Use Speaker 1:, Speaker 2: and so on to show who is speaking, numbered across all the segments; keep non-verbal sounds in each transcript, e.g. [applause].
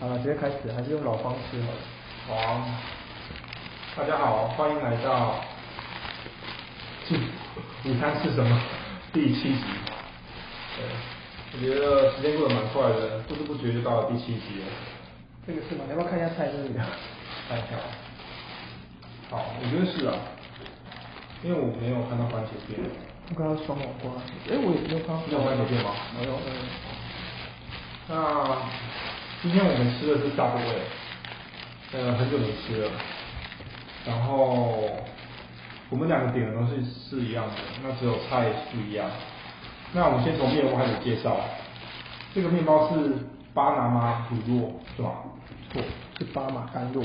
Speaker 1: 好了，直接开始，还是用老方式好了。
Speaker 2: 好，大家好，欢迎来到《午餐是什么》 [laughs] 第七集。对，我觉得时间过得蛮快的，不知不觉就到了第七集了。
Speaker 1: 这个是吗？你要不要看一下菜这里的？
Speaker 2: [laughs] 看一下，好，我觉得是啊，因为我没有看到番茄片，
Speaker 1: 我刚刚双脑瓜，哎，我也没有看到。
Speaker 2: 你有番茄片吗
Speaker 1: 没有，没有。
Speaker 2: 那今天我们吃的是大部位，呃，很久没吃了。然后我们两个点的东西是一样的，那只有菜不一样。那我们先从面包开始介绍，这个面包是巴拿马乳酪是吧？
Speaker 1: 错，是巴马甘露。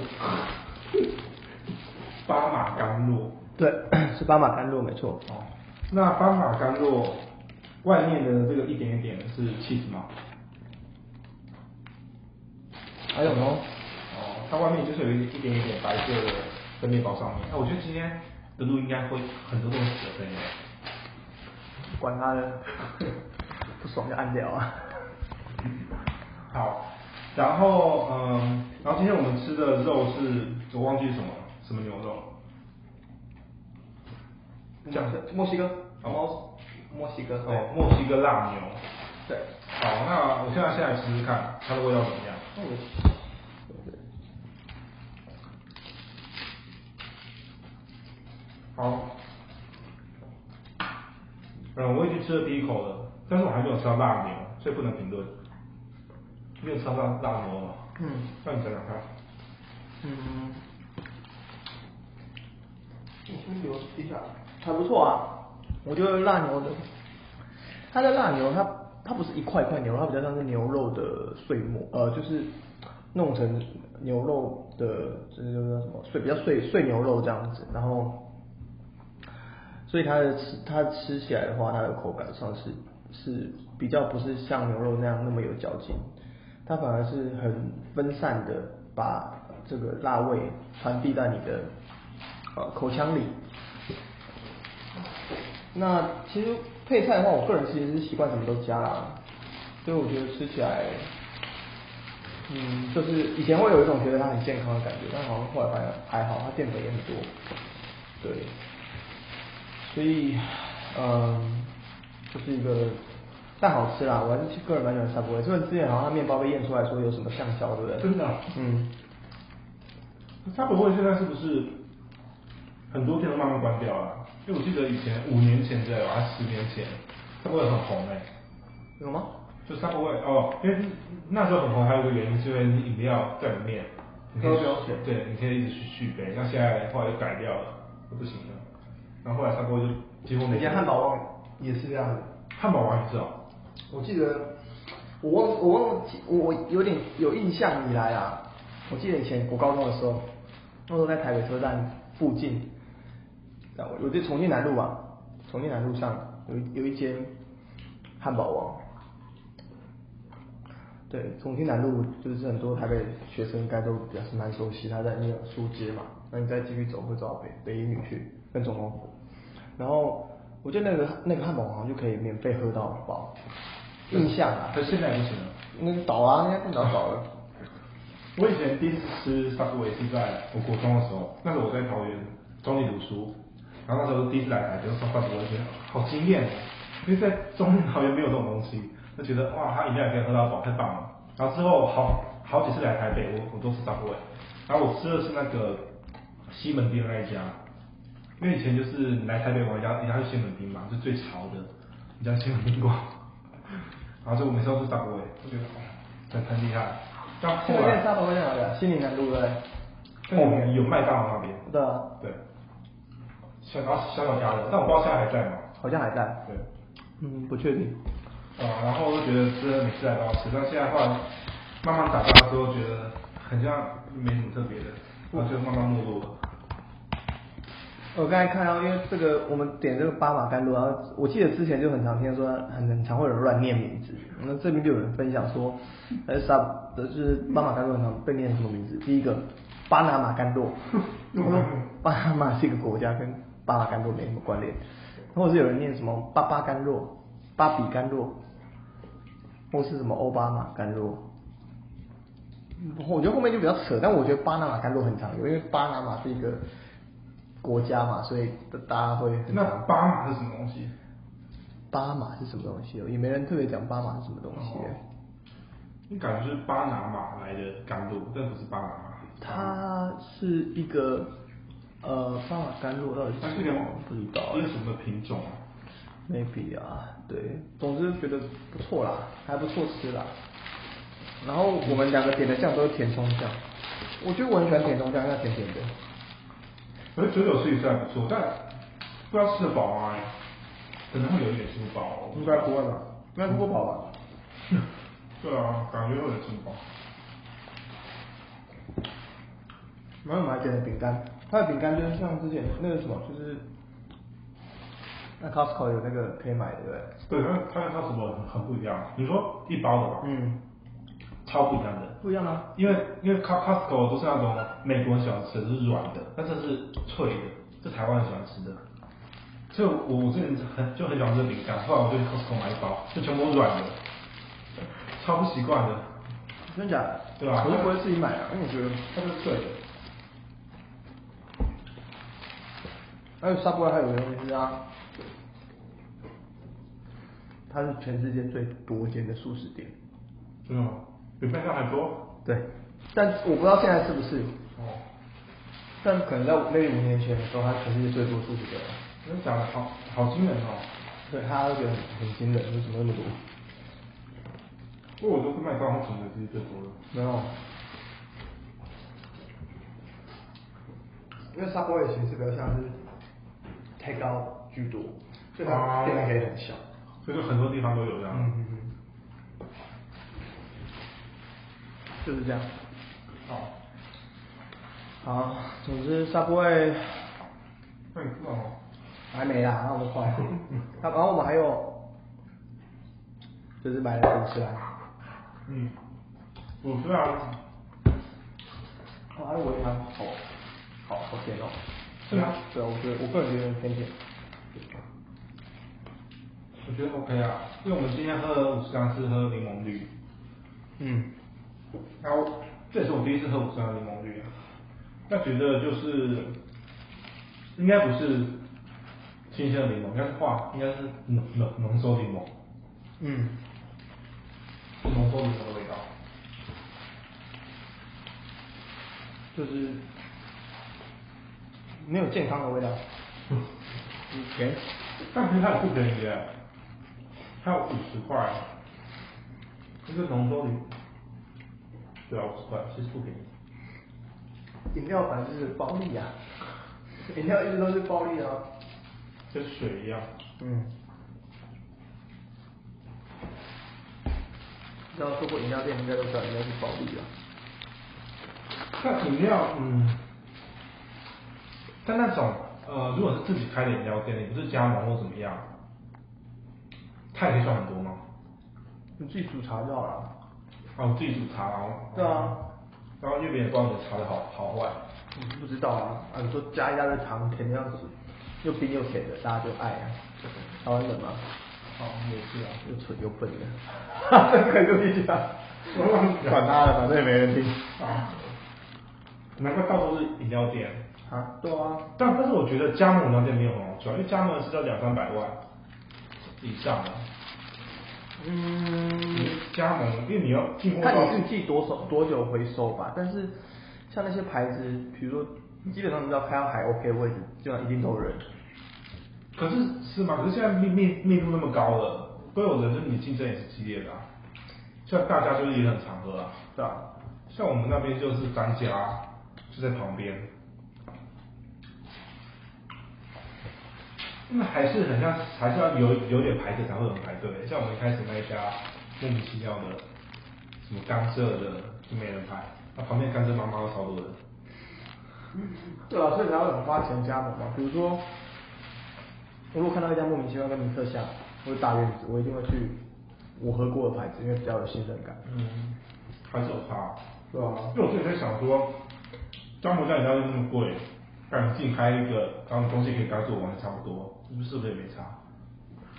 Speaker 2: 巴马甘露
Speaker 1: 对，是巴马甘露，没错。
Speaker 2: 哦，那巴马甘露外面的这个一点一点是 cheese 吗？
Speaker 1: 还有呢？
Speaker 2: 哦，它外面就是有一一点一点白色的在面包上面。那、我觉得今天的路应该会很多东西的声音。
Speaker 1: 管他的， [laughs] 不爽就按掉啊。
Speaker 2: 好，然后嗯，然后今天我们吃的肉是我忘记是什么了，什么牛肉？
Speaker 3: 讲的墨西哥，
Speaker 2: 哦
Speaker 3: 墨墨西哥，对
Speaker 2: 哦，墨西哥辣牛。
Speaker 3: 对，
Speaker 2: 好，那我现在先来试试看它的味道怎么样。
Speaker 1: 那我
Speaker 2: 好，嗯，我已经吃了第一口了，但是我还没有吃到辣牛，所以不能评论。你有吃到辣辣牛了吗？
Speaker 1: 嗯
Speaker 2: 那你讲讲看。
Speaker 1: 嗯，
Speaker 3: 你先留一下，还不错啊。
Speaker 1: 我觉得辣牛的，它的辣牛它它不是一块一块牛，它比较像是牛肉的碎末，呃，就是弄成牛肉的，这就叫什么碎，比较碎碎牛肉这样子，然后，所以它的吃它吃起来的话，它的口感上是是比较不是像牛肉那样那么有嚼劲，它反而是很分散的把这个辣味传递到你的呃口腔里，那其实配菜的话，我个人其实是习惯什么都加啦，所以我觉得吃起来，嗯，就是以前会有一种觉得它很健康的感觉，但好像后来发现还好，它淀粉也很多，对，所以，嗯，就是一个，但好吃啦，我还是个人蛮喜欢 Subway，虽然之前好像它面包被验出来说有什么橡胶，对不对？
Speaker 2: 真的啊
Speaker 1: 嗯，
Speaker 2: 他不会现在是不是很多店都慢慢关掉了？因为我记得以前五年前这样，还是十年前，它不会很红哎、
Speaker 1: 有吗？
Speaker 2: 就它不会哦，因为那时候很红，还有一个原因是因为你饮料在里面，你可以
Speaker 3: 喝不了水
Speaker 2: 对，你可以一直去续杯。那现在后来就改掉了，就不行了。然后后来它不会就几乎
Speaker 3: 以
Speaker 2: 没
Speaker 3: 前汉堡王也是这样子，
Speaker 2: 汉堡王也是哦，
Speaker 3: 我记得
Speaker 1: 我忘我忘记我我有点有印象以来啊，我记得以前我高中的时候，那时候在台北车站附近，在我我记得重庆南路吧，重庆南路上有一有一间汉堡王，对，重庆南路就是很多台北学生应该都比较是蛮熟悉，它在那个书街嘛，那你再继续走会走到北北一女去跟总统府，然后我觉得那个那个汉堡王好像就可以免费喝到饱，印象啊，
Speaker 2: 可是现在不行了。
Speaker 1: 那个倒啊，应该更早倒了。
Speaker 2: 我以前第一次吃 Subway 是在我国中的时候，那时候我在桃园中立读书，然后那时候第一次来台北吃 Subway，觉得好惊艳，因为在中立桃园没有这种东西，就觉得哇，它饮料也可以喝到饱，太棒了。然后之后好好几次来台北，我我都吃 Subway，然后我吃的是那个西门町的那一家，因为以前就是你来台北玩，一定要一定要去西门町嘛，就最潮的，你叫西门町逛，然后就我每次都吃 Subway，我觉得哇，真的很厉害。但后
Speaker 1: 现在
Speaker 2: 来
Speaker 1: 在。沙头会在哪里啊？西宁南路对不对？
Speaker 2: 后面哦有麦当劳那边，
Speaker 1: 对啊，
Speaker 2: 对，小然后小小家的，但我不知道现在还在吗？
Speaker 1: 好像还在。
Speaker 2: 对，
Speaker 1: 嗯，不确定。
Speaker 2: 呃，然后我就觉得吃了每次来都要吃，但现在后来慢慢长大之后，觉得很像没什么特别的，
Speaker 1: 嗯
Speaker 2: 然后就慢慢没落了。
Speaker 1: 我刚才看到，因为这个我们点这个巴马甘露，然后我记得之前就很常听说很很常会有人乱念名字，那这边就有人分享说，呃，沙呃就是巴马甘露很常被念什么名字？第一个巴拿马甘露，我说巴拿马是一个国家，跟巴马甘露没什么关联，或者是有人念什么巴巴甘露、巴比甘露，或是什么奥巴马甘露，嗯我觉得后面就比较扯，但我觉得巴拿马山路很常有，因为巴拿马是一个国家嘛，所以大家会很
Speaker 2: 那
Speaker 1: 常。
Speaker 2: 巴马是什么东西？
Speaker 1: 巴马是什么东西哦？也没人特别讲巴马是什么东西耶。
Speaker 2: 你感觉就是巴拿马来的甘露，但不是巴拿马。
Speaker 1: 它是一个呃，巴马甘露到底
Speaker 2: 它
Speaker 1: 是
Speaker 2: 是一
Speaker 1: 什
Speaker 2: 个
Speaker 1: 么？不知道
Speaker 2: 一个什么品种啊？
Speaker 1: ，maybe 啊，对，总之觉得不错啦，还不错吃啦。然后我们两个点的酱都是甜葱酱，我觉得我很喜欢甜葱酱，因为它甜甜的。
Speaker 2: 可是九九吃一次还不错，但不知道吃得饱吗？哎可能会有一点吃不饱。
Speaker 1: 应该不会吧？应该不会饱吧？
Speaker 2: [laughs] 对啊，感觉会有点吃不饱。
Speaker 1: 然后我们还点了饼干，它的饼干就是像之前那个什么，就是那 Costco 有那个可以买，对不
Speaker 2: 对，
Speaker 1: 对？
Speaker 2: 它它它什么很很不一样？你说一包的吧，
Speaker 1: 嗯，
Speaker 2: 超不一样的。
Speaker 1: 不一样啊吗？
Speaker 2: 因为因为 Co- Costco 都是那种美国人喜欢吃的，是软的，但这是脆的，是台湾人喜欢吃的。所以我我之前很就很喜欢吃饼干，后来我就去 Costco 买一包，就全部都软的，超不习惯的。
Speaker 1: 真的假的？
Speaker 2: 对啊
Speaker 1: 我都不会自己买啊，因为我觉得，
Speaker 2: 它是脆的，
Speaker 1: 还有 Subway 还有一个东西啊，它是全世界最多间的素食店，
Speaker 2: 真的吗？比麦当还多。
Speaker 1: 对，但我不知道现在是不是，
Speaker 2: 哦，
Speaker 1: 但可能在那五年前的时候，它全世界最多素食店了，
Speaker 2: 真的假的？好好惊人哦！
Speaker 1: 对，他都觉得很很惊人，为什么那么多？
Speaker 2: 不过我都是麦当劳存的其实最多的。
Speaker 1: 没有，
Speaker 4: 因为 Subway 的形式比较像是 take out 居多，所以
Speaker 1: 哦
Speaker 4: 它啊店面可以很小。
Speaker 2: 啊所以就很多地方都有这样。
Speaker 4: 嗯嗯
Speaker 1: 就是这样。
Speaker 4: 嗯
Speaker 2: 好，
Speaker 1: 好，总之 Subway
Speaker 2: 那你知道吗？
Speaker 1: 还没啦，那我
Speaker 4: [laughs]
Speaker 1: 们快。那然后我们还有，就是买了零食来。
Speaker 2: 嗯，我啊虽然
Speaker 1: 哇，还有维他，好，哎好好甜哦。
Speaker 2: 是吗
Speaker 1: 对啊，我觉得我个人觉得偏甜。
Speaker 2: 我觉得 OK 啊，因为我们今天喝五十兰是喝柠檬绿，
Speaker 1: 嗯，
Speaker 2: 然后这也是我第一次喝五十兰柠檬绿啊，那觉得就是应该不是新鲜的柠檬，应该是化，应该是浓浓浓缩柠檬，
Speaker 1: 嗯，
Speaker 2: 是浓缩柠檬的味道。
Speaker 1: 就是没有健康的味道，嗯甜。
Speaker 2: 但其实它也不便宜耶，它有五十块，这是浓缩柠，对啊，五十块，其实不便宜。
Speaker 1: 饮料反正就是暴力 [laughs] 啊。
Speaker 4: 嗯，饮料一直都是暴力啊。
Speaker 2: 跟水一样。
Speaker 1: 嗯。只要做过饮料店，应该都知道饮料是暴力啊。
Speaker 2: 那饮料，嗯，但那种呃，如果是自己开的饮料店，你不是加盟或怎么样，它也可以赚很多吗？
Speaker 1: 你自己煮茶就好了。
Speaker 2: 啊，我自己煮茶，然后
Speaker 1: 对啊，
Speaker 2: 然后因为别人不知道你的茶的好好坏，
Speaker 1: 嗯不知道啊，啊，你说加一大堆糖甜的样子，又冰又甜的，大家就爱啊。台湾人嘛，
Speaker 2: 好也是啊，
Speaker 1: 又蠢又笨的， [laughs] 哈哈，这个就是这样。管他了，反正也没人听。
Speaker 2: 啊，难怪到处是饮料店，
Speaker 1: 啊，对啊，
Speaker 2: 但但是我觉得加盟饮料店没有很好赚，因为加盟是要两三百万以上的，
Speaker 1: 嗯，
Speaker 2: 你加盟，因为你要进货
Speaker 1: 看
Speaker 2: 到
Speaker 1: 你是寄多少多久回收吧。但是像那些牌子，比如说，基本上你知道开到还 OK 的位置，基本上一定都有人。
Speaker 2: 可是是吗？可是现在密密密度那么高了，都有人，就是你竞争也是激烈的、啊。像大家就是也很常喝啊，
Speaker 1: 对啊，
Speaker 2: 像我们那边就是三家就在旁边，那还是很像，还是要有有点排队才会有人排队。像我们一开始那一家莫名其妙的什么甘蔗的就没人排，那旁边甘蔗妈妈都超多人。
Speaker 1: 对啊，所以才会很花钱加盟嘛。比如说，我如果看到一家莫名其妙跟尼克夏，我就打原子，我一定会去我喝过的牌子，因为比较有信任感。
Speaker 2: 嗯，还是有差、
Speaker 1: 对啊，
Speaker 2: 因为我自己在想说，张博家饮料店那么贵，但你自己开一个，然后东西可以刚做完就差不多，是不是不是也没差？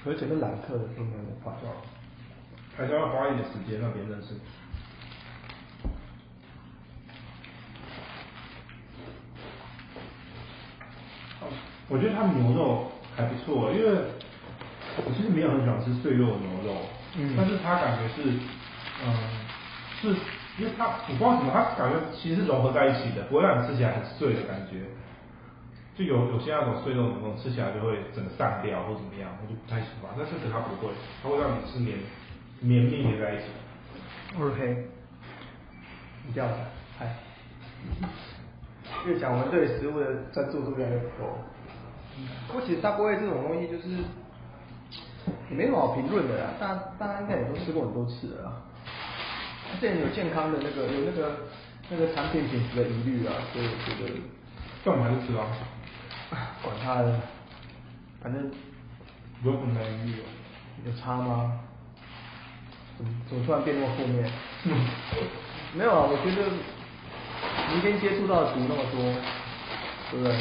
Speaker 1: 而且跟兰克的竞争很快
Speaker 2: 对。吧还是要花一点时间让别人认识。我觉得他们牛肉还不错，因为我其实没有很喜欢吃碎肉的牛肉，
Speaker 5: 嗯
Speaker 2: 但是它感觉是，嗯，是因为它我不知道怎么，它感觉其实是融合在一起的，不会让你吃起来很碎的感觉。就有有些那种碎肉牛肉吃起来就会整个散掉或怎么样，我就不太喜欢。但是可它不会，它会让你吃绵绵密的在一起。
Speaker 5: OK，
Speaker 1: 你掉下来，嗨。越讲，我们对食物的专注度越来越高。不过其实大锅味这种东西就是也没什么好评论的啦，大大家应该也都吃过很多次了啦。之前有健康的那个有那个那个产品品质的疑虑啊，所以我觉得
Speaker 2: 但我们还是吃啊，
Speaker 1: 啊管它的，反正
Speaker 2: 有很难遇哦。
Speaker 1: 有差吗？怎么怎么突然变那么负 [laughs] 面？没有啊，我觉得你一天接触到的毒那么多，对不对？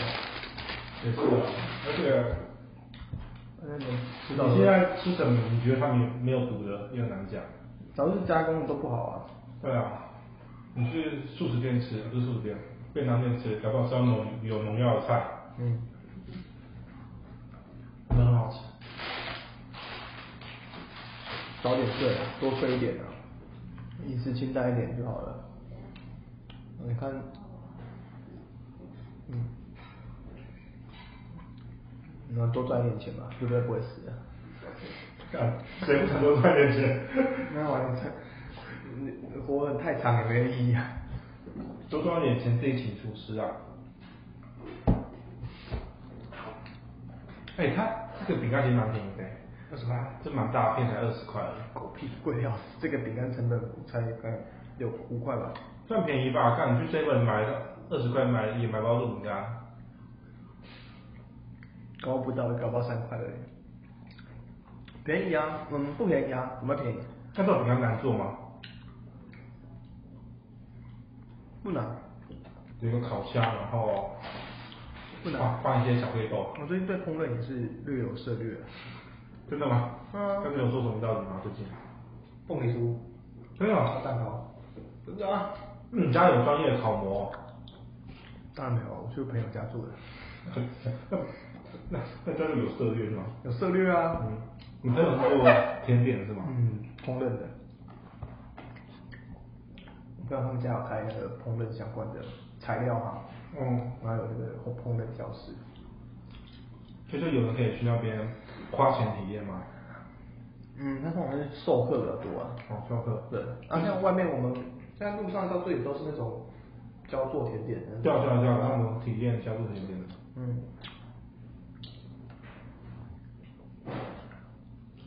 Speaker 2: 也是啊，而且
Speaker 1: 那你知道
Speaker 2: 你现在吃什么？你觉得它没有没有毒的，也很难讲。
Speaker 1: 早日加工的都不好啊。
Speaker 2: 对啊，你去素食店吃，不是素食店，便当店吃，搞不好吃到农有农药的菜，
Speaker 1: 嗯，
Speaker 2: 真的很好吃。
Speaker 1: 早点睡啊，多睡一点啊，饮食清淡一点就好了。你看，嗯，那多赚一点钱吧，绝对不会死的。
Speaker 2: 干谁不想多赚点钱？
Speaker 1: 那玩意，你活得太长也没意义啊。
Speaker 2: 多赚点钱自己请厨师啊。哎、它这个饼干其实蛮便宜的，
Speaker 1: 为什么啊？
Speaker 2: 这蛮大片才二十块而已，
Speaker 1: 狗屁贵的要死！这个饼干成本才刚有五块吧？
Speaker 2: 算便宜吧？看你去 seven 买二十块买也买不到这饼干。
Speaker 1: 搞不到，搞不到三块而已。便宜啊，嗯，不便宜啊，怎么便宜？
Speaker 2: 那这种饼干难做吗？
Speaker 1: 不难。
Speaker 2: 有一个烤箱，然后
Speaker 1: 不难
Speaker 2: 放放一些小黑豆。
Speaker 1: 我最近对烹饪也是略有涉略、啊。
Speaker 2: 真的吗？
Speaker 1: 嗯
Speaker 2: 他们有做什么料理吗？最近？
Speaker 1: 凤梨酥、
Speaker 2: 真的吗？
Speaker 1: 蛋糕，
Speaker 2: 真的啊？那你家有专业的烤模？
Speaker 1: 当然没有，我去朋友家做的。
Speaker 2: 那那真的有涉猎吗？
Speaker 1: 有涉略啊，
Speaker 2: 嗯，你真的有做甜点是吗？
Speaker 1: 嗯，烹饪的。我朋友他们家有开那个烹饪相关的材料行，
Speaker 2: 嗯，
Speaker 1: 然后有那个烹饪教室。
Speaker 2: 所以就有人可以去那边花钱体验吗？
Speaker 1: 嗯，那通常是授课比较多啊。
Speaker 2: 哦，授课。
Speaker 1: 对，啊，像外面我们现在路上到这里都是那种教做甜点的。
Speaker 2: 对啊对啊对啊，让我们体验一下做甜点。
Speaker 1: 嗯，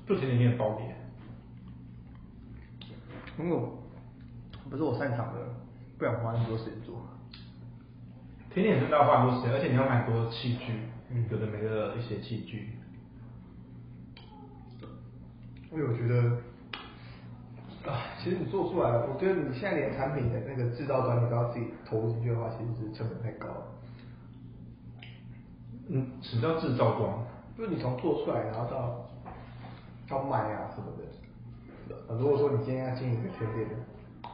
Speaker 2: 做甜点面包点。
Speaker 1: 嗯因为我不是我擅长的，不想花那么多时间做。
Speaker 2: 甜点真的要花很多时间，而且你要买很多器具，
Speaker 1: 嗯
Speaker 2: 有的没的一些器具。
Speaker 1: 因哎为我觉得啊，其实你做出来，我觉得你现在连产品的那个制造端你都要自己投入进去的话，其实是成本太高了。
Speaker 2: 嗯，什么叫制造装？
Speaker 1: 就是你从做出来，然后到到卖啊什么的。呃如果说你今天要经营一个甜点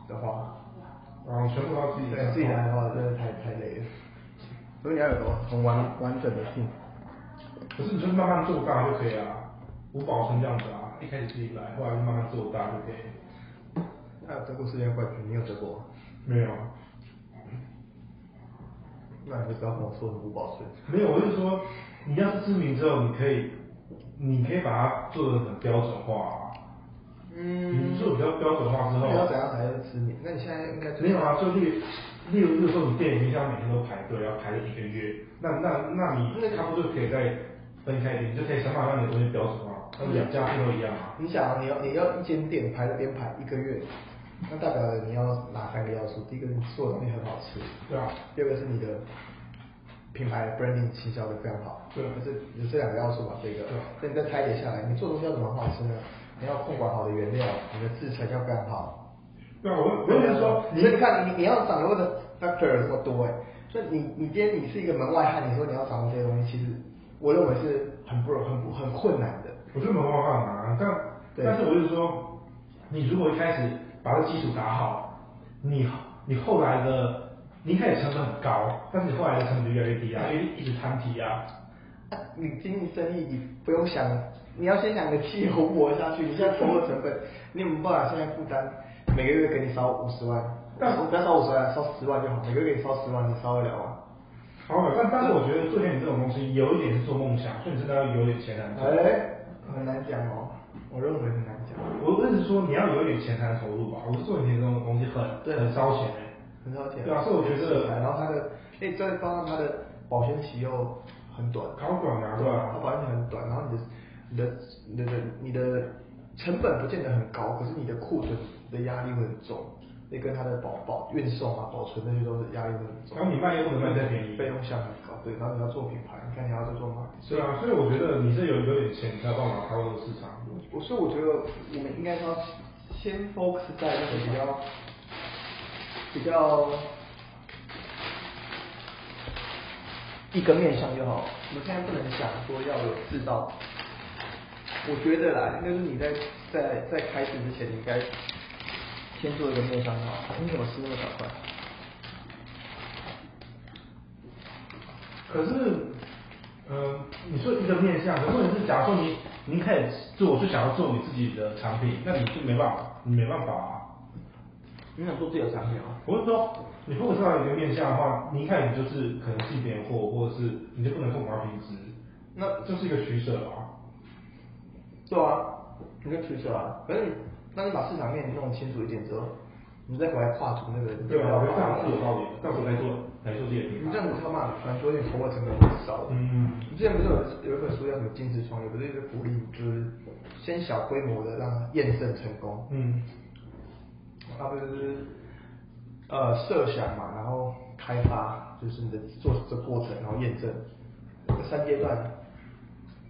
Speaker 1: 的话，
Speaker 2: 啊，全部靠自己哦
Speaker 1: 对自己来的话，真的太太累了。所以你要有个很完完整的性。
Speaker 2: 可是你就慢慢做大就可以啊，吴宝春这样子啊，一开始自己来，后来就慢慢做大就可以。
Speaker 1: 那有得过世界冠军，你有得过吗？
Speaker 2: 没有，啊
Speaker 1: 那你就不要跟我说你不保存。
Speaker 2: 没有，我是说，你要是知名之后，你可以，你可以把它做的很标准化啊。
Speaker 1: 嗯
Speaker 2: 你做的比较标准化之
Speaker 1: 那你要
Speaker 2: 后
Speaker 1: 怎，样才能吃你？那你现在应该就是
Speaker 2: 没有啊，就例如，例如，例如说你电影像每天都排队，要排一个月，那那那你差不多就可以再分开一点，你就可以想办法让你的东西标准化，那两家店都一样啊。
Speaker 1: 你想啊，你要你要一间店排着编排一个月，那代表你要哪三个要素？第一个是你做的东西很好吃，
Speaker 2: 对啊，
Speaker 1: 第二个是你的品牌的 branding 行销的非常好，
Speaker 2: 对
Speaker 1: 这有这两个要素吧，这个。
Speaker 2: 对
Speaker 1: 那你再拆解下来，你做东西要怎么好吃呢？你要控管好的原料，你的制程要非常好，
Speaker 2: 对啊，啊我我也是说，
Speaker 1: 你你看你你要掌握的 factor 这么多哎，那你你今天你是一个门外汉，你说你要掌握这些东西，其实我认为是很不容很不很困难的。
Speaker 2: 我觉得蛮好看的、啊，但
Speaker 1: 对
Speaker 2: 但是我就说，你如果一开始把这基础打好，你你后来的你一开始成本很高，但是你后来的成本就越来越低啊，因为一直摊低啊。
Speaker 1: 啊你经营生意，你不用想，你要先想你的汽油活下去，你现在投入成本，你有没有办法现在负担每个月给你烧五十万？我不要烧五十万，烧十万就好，每个月给你烧十万，你烧得了吗？
Speaker 2: 好了，但但是我觉得做电影这种东西有一点是做梦想，所以你真的要有点钱才能做。
Speaker 1: 哎，很难讲哦，我认为很难讲。
Speaker 2: 我我是说你要有一点钱才能投入吧。我是做电影这种东西很
Speaker 1: 对
Speaker 2: 很烧钱哎、
Speaker 1: 很少钱。
Speaker 2: 对啊所以我觉得
Speaker 1: 然后它的，哎，再加上它的保鲜期又很短，
Speaker 2: 好短啊，对
Speaker 1: 它
Speaker 2: 吧？
Speaker 1: 保鲜期很短，然后你的你的你的你的成本不见得很高，可是你的库存的压力会很重，那跟它的保保运送啊、保存那些都是压力会很重。
Speaker 2: 然后你卖又不能卖再便宜
Speaker 1: 费用项很高，对，然后你要做品牌，你看你要再做 m a
Speaker 2: 对啊，所以我觉得你是有有点钱，你才有办法踏入这个市场。
Speaker 1: 我所以我觉得我们应该说先 focus 在那个比较比较一个面向就好。我们现在不能想说要有制造，我觉得啦，应该是你在在在开始之前，你应该先做一个面向就好。你怎么吃那么小块？
Speaker 2: 可是，嗯，你说一个面向，可是问题是，假如说你您开始做，就想要做你自己的产品，那你就没办法，你没办法啊。
Speaker 1: 你想做自己的产品啊？
Speaker 2: 我是说，你如果知道一个面向的话，你一开始就是可能进点货，或者是你就不能做广告品质，那这是一个取舍吧。
Speaker 1: 对啊，你跟取舍啊。可是你当你把市场面弄清楚一点之后，你再回来跨足那个，你就
Speaker 2: 对
Speaker 1: 不
Speaker 2: 吧？
Speaker 1: 要
Speaker 2: 我觉得这
Speaker 1: 跨
Speaker 2: 样
Speaker 1: 了
Speaker 2: 是有道理的，到时候来做来做自己的品
Speaker 1: 你
Speaker 2: 牌
Speaker 1: 这。样子他妈的传说你投入成本很少。
Speaker 2: 嗯，
Speaker 1: 之前不是有有一本书叫什么《金石创业》，不是就是鼓励你就是先小规模的让它验证成功，
Speaker 2: 嗯，
Speaker 1: 他不是呃设想嘛，然后开发就是你的做这过程，然后验证这三阶段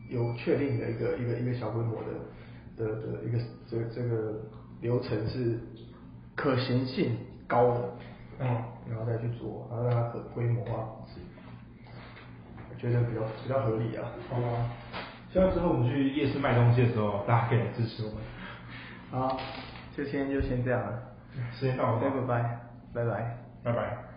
Speaker 1: 有确定的一个一个一个小规模的的的一个这个这个流程是可行性高的，
Speaker 2: 嗯，
Speaker 1: 然后再去做，然后让它可规模化，我觉得比较比较合理啊。
Speaker 2: 好吧。希望之后我们去夜市卖东西的时候，大家可以来支持我们。
Speaker 1: 好，就先就先这样了，
Speaker 2: 时间到了，
Speaker 1: 拜拜，拜拜。
Speaker 2: 拜拜。